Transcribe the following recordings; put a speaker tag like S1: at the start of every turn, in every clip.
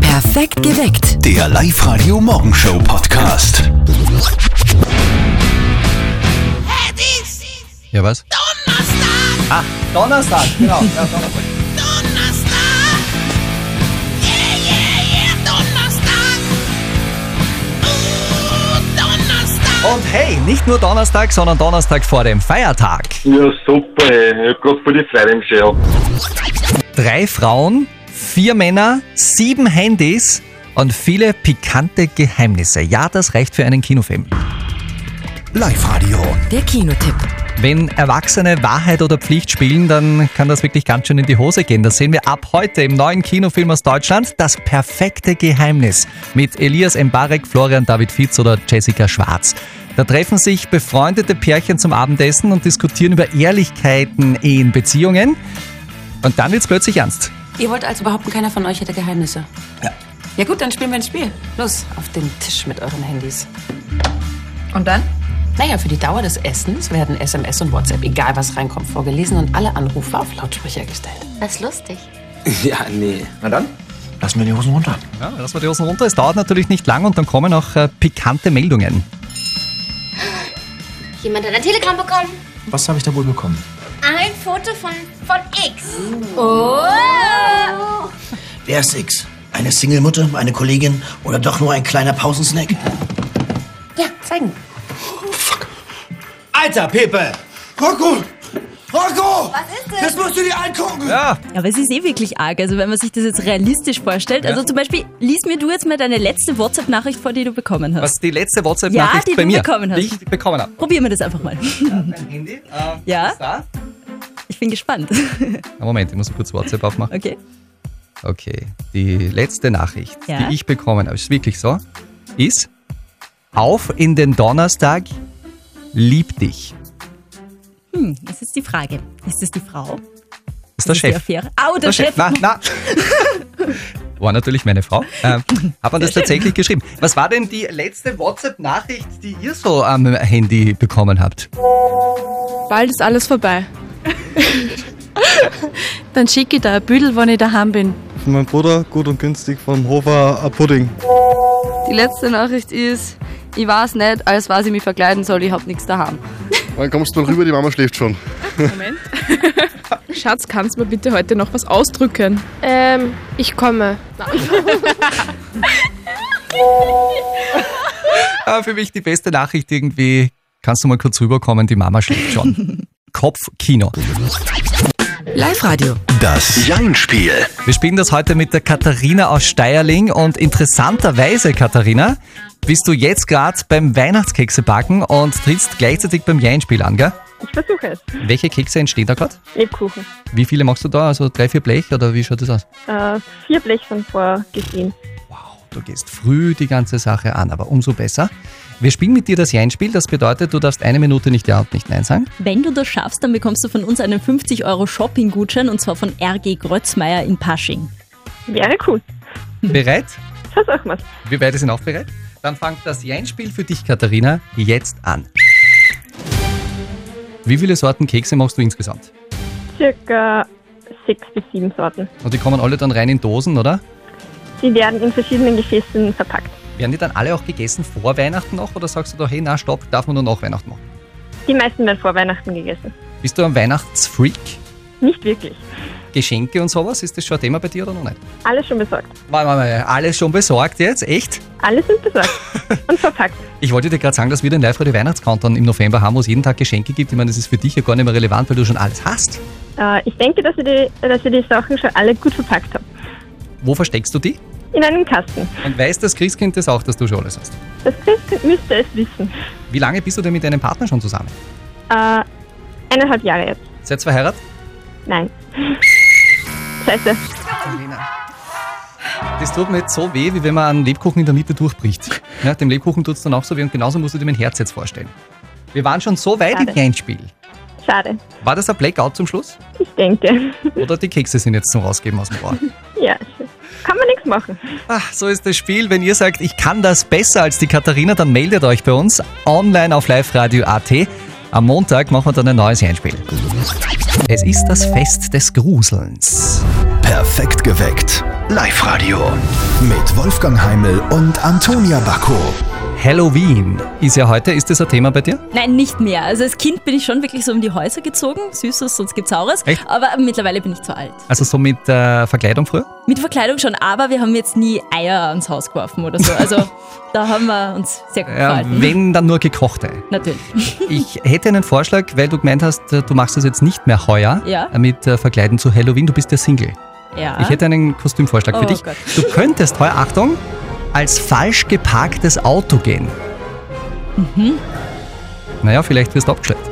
S1: Perfekt geweckt.
S2: Der Live-Radio Morgenshow Podcast.
S3: Ja, was?
S4: Donnerstag, genau. Ja,
S5: Donnerstag. Yeah, yeah, yeah, Donnerstag. Uh, Donnerstag.
S4: und hey, nicht nur Donnerstag, sondern Donnerstag vor dem Feiertag.
S6: Ja, super, ey. Ich hab grad voll die Freude im Schirr.
S4: Drei Frauen, vier Männer, sieben Handys und viele pikante Geheimnisse. Ja, das reicht für einen Kinofilm.
S2: Live-Radio.
S1: Der Kinotipp.
S4: Wenn Erwachsene Wahrheit oder Pflicht spielen, dann kann das wirklich ganz schön in die Hose gehen. Das sehen wir ab heute im neuen Kinofilm aus Deutschland, Das perfekte Geheimnis mit Elias Mbarek, Florian David Fitz oder Jessica Schwarz. Da treffen sich befreundete Pärchen zum Abendessen und diskutieren über Ehrlichkeiten in Beziehungen. Und dann wird's plötzlich ernst.
S7: Ihr wollt also behaupten, keiner von euch hätte Geheimnisse?
S4: Ja.
S7: Ja gut, dann spielen wir ein Spiel. Los, auf den Tisch mit euren Handys.
S8: Und dann?
S7: Naja, für die Dauer des Essens werden SMS und WhatsApp, egal was reinkommt, vorgelesen und alle Anrufe auf Lautsprecher gestellt.
S9: Das ist lustig.
S10: Ja, nee.
S4: Na dann?
S10: Lass mir die Hosen runter.
S4: Ja, lassen wir die Hosen runter. Es dauert natürlich nicht lang und dann kommen auch äh, pikante Meldungen.
S9: Jemand hat ein Telegramm bekommen.
S10: Was habe ich da wohl bekommen?
S9: Ein Foto von, von X. Oh.
S10: Wer ist X? Eine Single-Mutter, eine Kollegin oder doch nur ein kleiner Pausensnack? Oh,
S9: Ja, zeigen.
S10: Alter, Pepe! Rocco! Rocco!
S9: Was ist
S10: Das musst du dir angucken!
S4: Ja,
S11: Aber es ist eh wirklich arg, also wenn man sich das jetzt realistisch vorstellt. Also zum Beispiel, lies mir du jetzt mal deine letzte WhatsApp-Nachricht vor, die du bekommen hast.
S4: was die letzte
S11: Ja,
S4: WhatsApp-Nachricht
S11: die
S4: bei
S11: du
S4: mir,
S11: bekommen hast.
S4: die ich bekommen habe.
S11: Probieren wir das einfach mal.
S4: Mein Handy,
S11: Ja? ist
S4: da?
S11: Ich bin gespannt.
S4: Ah, Moment, ich muss kurz WhatsApp aufmachen.
S11: Okay.
S4: Okay, die letzte Nachricht,
S11: Ja?
S4: die ich bekommen habe, ist wirklich so, ist auf in den Donnerstag, lieb dich.
S11: Hm, es ist die Frage. Ist es die Frau?
S4: Ist der
S11: ist
S4: Chef.
S11: Die Affäre? Au, der, Chef.
S4: Na, na. War natürlich meine Frau. Ähm, hat man das tatsächlich geschrieben. Was war denn die letzte WhatsApp-Nachricht, die ihr so am Handy bekommen habt?
S8: Bald ist alles vorbei. dann schicke ich da ein Büdel, wenn ich daheim bin.
S3: Von meinem Bruder, gut und günstig vom Hofer ein Pudding.
S8: Die letzte Nachricht ist, ich weiß nicht, als was ich mich verkleiden soll, ich hab nichts daheim.
S3: Wann kommst du mal rüber? Die Mama schläft schon.
S8: Moment. Schatz, kannst du mir bitte heute noch was ausdrücken?
S9: Ähm, ich komme.
S4: Ah, für mich die beste Nachricht irgendwie. Kannst du mal kurz rüberkommen? Die Mama schläft schon. Kopfkino.
S1: Live-Radio.
S2: Das Jein-Spiel.
S4: Wir spielen das heute mit der Katharina aus Steierling und interessanterweise, Katharina, bist du jetzt gerade beim Weihnachtskekse backen und trittst gleichzeitig beim Jeinspiel an, gell?
S8: Ich versuche es.
S4: Welche Kekse entstehen da gerade?
S8: Lebkuchen.
S4: Wie viele machst du da? Also drei, vier Blech oder wie schaut das aus?
S8: Äh, vier Blech sind vorgesehen.
S4: Du gehst früh die ganze Sache an, aber umso besser. Wir spielen mit dir das Jeinspiel, das bedeutet, du darfst eine Minute nicht Ja und nicht Nein sagen.
S11: Wenn du das schaffst, dann bekommst du von uns einen 50-Euro-Shopping-Gutschein und zwar von RG Grötzmeier in Pasching.
S8: Wäre cool.
S4: Bereit?
S8: Versuchen wir's.
S4: Wir beide sind auch bereit. Dann fängt das Jeinspiel für dich, Katharina, jetzt an. Wie viele Sorten Kekse machst du insgesamt?
S8: Circa sechs bis sieben Sorten.
S4: Und die kommen alle dann rein in Dosen, oder?
S8: Sie werden in verschiedenen Gefäßen verpackt.
S4: Werden die dann alle auch gegessen vor Weihnachten noch? Oder sagst du da, hey, na, stopp, darf man nur nach Weihnachten machen?
S8: Die meisten werden vor Weihnachten gegessen.
S4: Bist du ein Weihnachtsfreak?
S8: Nicht wirklich.
S4: Geschenke und sowas? Ist das schon ein Thema bei dir oder noch nicht?
S8: Alles schon besorgt.
S4: Warte mal, alles schon besorgt jetzt? Echt?
S8: Alle sind besorgt und verpackt.
S4: Ich wollte dir gerade sagen, dass wir den live Weihnachts-Countdown im November haben, wo es jeden Tag Geschenke gibt. Ich meine, das ist für dich ja gar nicht mehr relevant, weil du schon alles hast.
S8: Äh, ich denke, dass ich, die, dass ich die Sachen schon alle gut verpackt habe.
S4: Wo versteckst du die?
S8: In einem Kasten.
S4: Und weiß das Christkind das auch, dass du schon alles hast?
S8: Das Christkind müsste es wissen.
S4: Wie lange bist du denn mit deinem Partner schon zusammen?
S8: Äh, eineinhalb Jahre jetzt.
S4: Seid ihr verheiratet?
S8: Nein. Scheiße.
S4: Das tut mir jetzt so weh, wie wenn man einen Lebkuchen in der Mitte durchbricht. Ja, dem Lebkuchen tut es dann auch so weh und genauso musst du dir mein Herz jetzt vorstellen. Wir waren schon so weit im
S8: Schade.
S4: Kleinspiel.
S8: Schade.
S4: War das ein Blackout zum Schluss?
S8: Ich denke.
S4: Oder die Kekse sind jetzt zum Rausgeben aus dem Ohr?
S8: Ja, kann man nichts machen.
S4: Ach, so ist das Spiel. Wenn ihr sagt, ich kann das besser als die Katharina, dann meldet euch bei uns online auf liveradio.at. Am Montag machen wir dann ein neues Einspiel. Es ist das Fest des Gruselns.
S2: Perfekt geweckt. Live-Radio. Mit Wolfgang Heimel und Antonia Bacco.
S4: Halloween ist ja heute. Ist das ein Thema bei dir?
S11: Nein, nicht mehr. Also als Kind bin ich schon wirklich so um die Häuser gezogen. Süßes, sonst gibt's Saures. Aber mittlerweile bin ich zu alt.
S4: Also so mit äh, Verkleidung früher?
S11: Mit Verkleidung schon, aber wir haben jetzt nie Eier ans Haus geworfen oder so. Also da haben wir uns sehr gut
S4: Ja,
S11: gehalten.
S4: wenn, dann nur gekochte.
S11: Natürlich.
S4: Ich hätte einen Vorschlag, weil du gemeint hast, äh, du machst das jetzt nicht mehr heuer
S11: Ja.
S4: äh, mit äh, Verkleiden zu Halloween. Du bist ja Single.
S11: Ja.
S4: Ich hätte einen Kostümvorschlag
S11: Oh
S4: für dich.
S11: Gott.
S4: Du könntest heuer, Achtung, als falsch geparktes Auto gehen.
S11: Mhm.
S4: Naja, vielleicht wirst du abgeschleppt.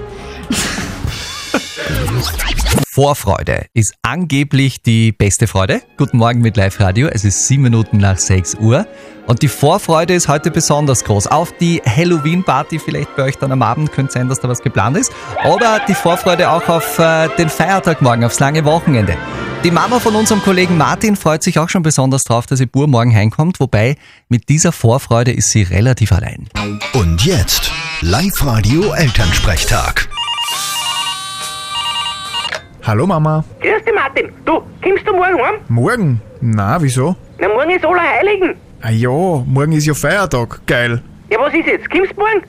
S4: Vorfreude ist angeblich die beste Freude. Guten Morgen mit Live Radio. Es ist sieben Minuten nach 6 Uhr. Und die Vorfreude ist heute besonders groß. Auf die Halloween-Party vielleicht bei euch dann am Abend. Könnte sein, dass da was geplant ist. Aber die Vorfreude auch auf äh, den Feiertag morgen, aufs lange Wochenende. Die Mama von unserem Kollegen Martin freut sich auch schon besonders drauf, dass ihr Bur morgen heimkommt. Wobei, mit dieser Vorfreude ist sie relativ allein.
S2: Und jetzt Live-Radio Elternsprechtag.
S12: Hallo Mama.
S13: Grüß dich, Martin. Du, kommst du morgen heim?
S12: Morgen? Na, wieso?
S13: Na, morgen ist Allerheiligen.
S12: Ah ja, morgen ist ja Feiertag. Geil.
S13: Ja, was ist jetzt? Kommst du morgen?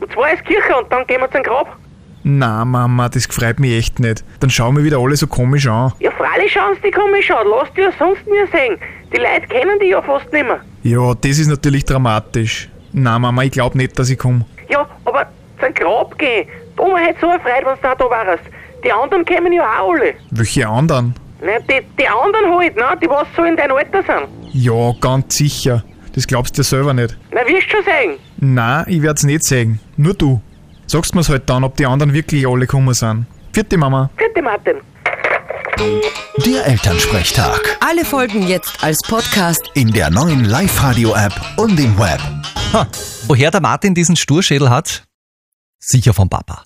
S13: Und zwar ist Kirche und dann gehen wir zum Grab.
S12: Na Mama, das gefreut mich echt nicht. Dann schauen wir wieder alle so komisch an.
S13: Ja, freilich schauen sie dich komisch an. Lass dich ja sonst nie sehen. Die Leute kennen dich ja fast nicht mehr.
S12: Ja, das ist natürlich dramatisch. Na Mama, ich glaub nicht, dass ich komme.
S13: Ja, aber zum Grab gehen. Die Oma hätte so erfreut, wenn du da warst. Die anderen kommen ja auch alle.
S12: Welche anderen?
S13: Na, die, die anderen halt, ne? Die, was so in deinem Alter sind.
S12: Ja, ganz sicher. Das glaubst du ja selber nicht.
S13: Na, wirst schon sehen.
S12: Na, ich werd's nicht sagen. Nur du. Sagst mir's halt dann, ob die anderen wirklich alle gekommen sind. Vierte Mama.
S13: Vierte Martin.
S2: Der Elternsprechtag.
S1: Alle Folgen jetzt als Podcast.
S2: In der neuen Live-Radio-App und im Web.
S4: Ha, woher der Martin diesen Sturschädel hat? Sicher vom Papa.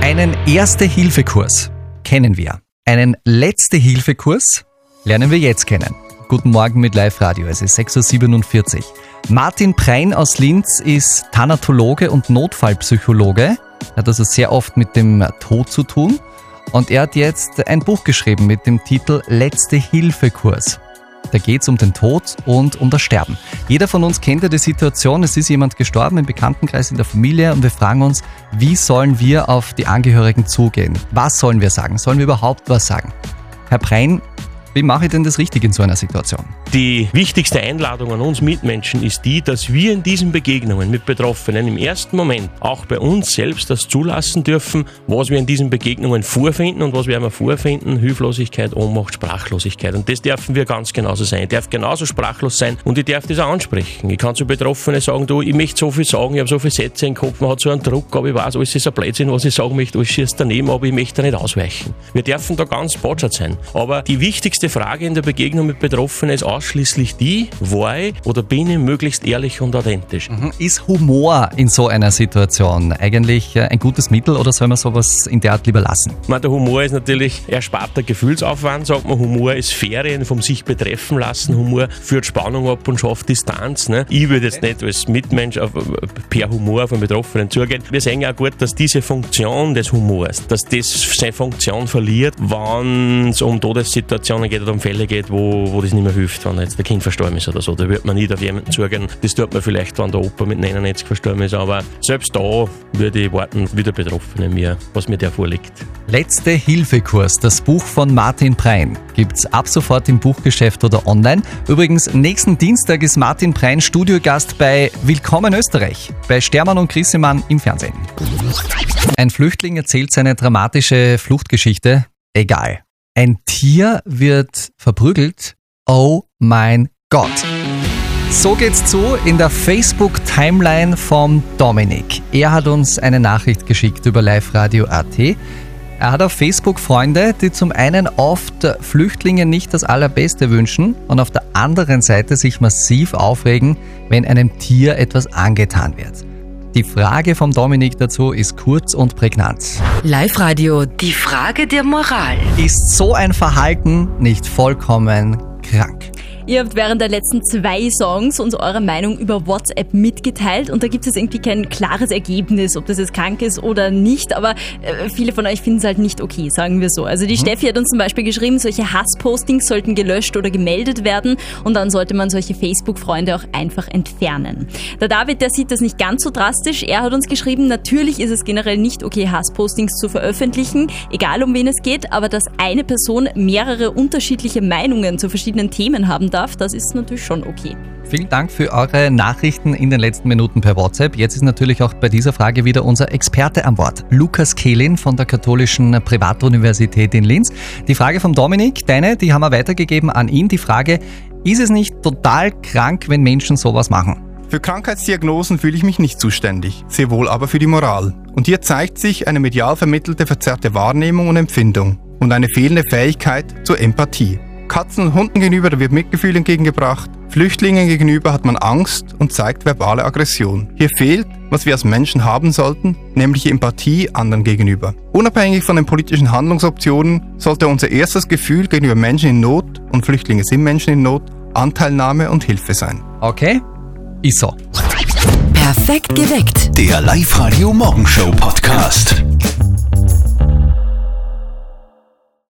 S4: Einen Erste-Hilfe-Kurs kennen wir. Einen Letzte-Hilfe-Kurs lernen wir jetzt kennen. Guten Morgen mit Live Radio, es ist 6.47 Uhr. Martin Prein aus Linz ist Thanatologe und Notfallpsychologe. Er hat also sehr oft mit dem Tod zu tun. Und er hat jetzt ein Buch geschrieben mit dem Titel Letzte-Hilfe-Kurs. Da geht es um den Tod und um das Sterben. Jeder von uns kennt ja die Situation, es ist jemand gestorben im Bekanntenkreis, in der Familie und wir fragen uns, wie sollen wir auf die Angehörigen zugehen? Was sollen wir sagen? Sollen wir überhaupt was sagen? Herr Prein, wie mache ich denn das richtig in so einer Situation?
S14: Die wichtigste Einladung an uns Mitmenschen ist die, dass wir in diesen Begegnungen mit Betroffenen im ersten Moment auch bei uns selbst das zulassen dürfen, was wir in diesen Begegnungen vorfinden und was wir einmal vorfinden, Hilflosigkeit, Ohnmacht, Sprachlosigkeit. Und das dürfen wir ganz genauso sein. Ich darf genauso sprachlos sein und ich darf das auch ansprechen. Ich kann zu Betroffenen sagen, du, ich möchte so viel sagen, ich habe so viele Sätze im Kopf, man hat so einen Druck, aber ich weiß, alles ist ein Blödsinn, was ich sagen möchte, alles schießt daneben, aber ich möchte da nicht ausweichen. Wir dürfen da ganz botschert sein. Aber die wichtigste Frage in der Begegnung mit Betroffenen ist ausschließlich die, war ich oder bin ich möglichst ehrlich und authentisch.
S4: Mhm. Ist Humor in so einer Situation eigentlich äh, ein gutes Mittel oder soll man sowas in der Art lieber lassen?
S14: Ich meine, der Humor ist natürlich ersparter Gefühlsaufwand, sagt man. Humor ist Ferien vom sich betreffen lassen. Humor führt Spannung ab und schafft Distanz. Ne? Ich würde jetzt nicht als Mitmensch auf, per Humor auf einen Betroffenen zugehen. Wir sehen ja auch gut, dass diese Funktion des Humors, dass das seine Funktion verliert, wenn es um Todessituationen geht oder um Fälle geht, wo, wo das nicht mehr hilft, wenn jetzt der Kind verstorben ist oder so. Da wird man nicht auf jemanden zugehen. Das tut man vielleicht, wenn der Opa mit 99 verstorben ist, aber selbst da würde ich warten, wie der Betroffene mir, was mir der vorliegt.
S4: Letzte Hilfekurs, das Buch von Martin Prein, gibt's ab sofort im Buchgeschäft oder online. Übrigens, nächsten Dienstag ist Martin Prein Studiogast bei Willkommen Österreich, bei Stermann und Grissemann im Fernsehen. Ein Flüchtling erzählt seine dramatische Fluchtgeschichte. Egal. Ein Tier wird verprügelt. Oh mein Gott. So geht's zu in der Facebook-Timeline vom Dominik. Er hat uns eine Nachricht geschickt über liveradio.at. Er hat auf Facebook Freunde, die zum einen oft Flüchtlingen nicht das Allerbeste wünschen und auf der anderen Seite sich massiv aufregen, wenn einem Tier etwas angetan wird. Die Frage vom Dominik dazu ist kurz und prägnant.
S1: Live Radio, die Frage der Moral.
S4: Ist so ein Verhalten nicht vollkommen krank?
S11: Ihr habt während der letzten zwei Songs uns eure Meinung über WhatsApp mitgeteilt und da gibt es irgendwie kein klares Ergebnis, ob das jetzt krank ist oder nicht, aber äh, viele von euch finden es halt nicht okay, sagen wir so. Also die
S15: Mhm.
S11: Steffi hat uns zum Beispiel geschrieben, solche Hasspostings sollten gelöscht oder gemeldet werden und dann sollte man solche Facebook-Freunde auch einfach entfernen. Der David, der sieht das nicht ganz so drastisch. Er hat uns geschrieben, natürlich ist es generell nicht okay, Hasspostings zu veröffentlichen, egal um wen es geht, aber dass eine Person mehrere unterschiedliche Meinungen zu verschiedenen Themen haben darf, das ist natürlich schon okay.
S4: Vielen Dank für eure Nachrichten in den letzten Minuten per WhatsApp. Jetzt ist natürlich auch bei dieser Frage wieder unser Experte am Wort, Lukas Kehlin von der Katholischen Privatuniversität in Linz. Die Frage von Dominik, deine, die haben wir weitergegeben an ihn. Die Frage, ist es nicht total krank, wenn Menschen sowas machen?
S16: Für Krankheitsdiagnosen fühle ich mich nicht zuständig, sehr wohl aber für die Moral. Und hier zeigt sich eine medial vermittelte verzerrte Wahrnehmung und Empfindung und eine fehlende Fähigkeit zur Empathie. Katzen und Hunden gegenüber wird Mitgefühl entgegengebracht, Flüchtlingen gegenüber hat man Angst und zeigt verbale Aggression. Hier fehlt, was wir als Menschen haben sollten, nämlich Empathie anderen gegenüber. Unabhängig von den politischen Handlungsoptionen sollte unser erstes Gefühl gegenüber Menschen in Not, und Flüchtlinge sind Menschen in Not, Anteilnahme und Hilfe sein.
S4: Okay, ist so.
S1: Perfekt geweckt.
S2: Der Live-Radio Morgenshow Podcast.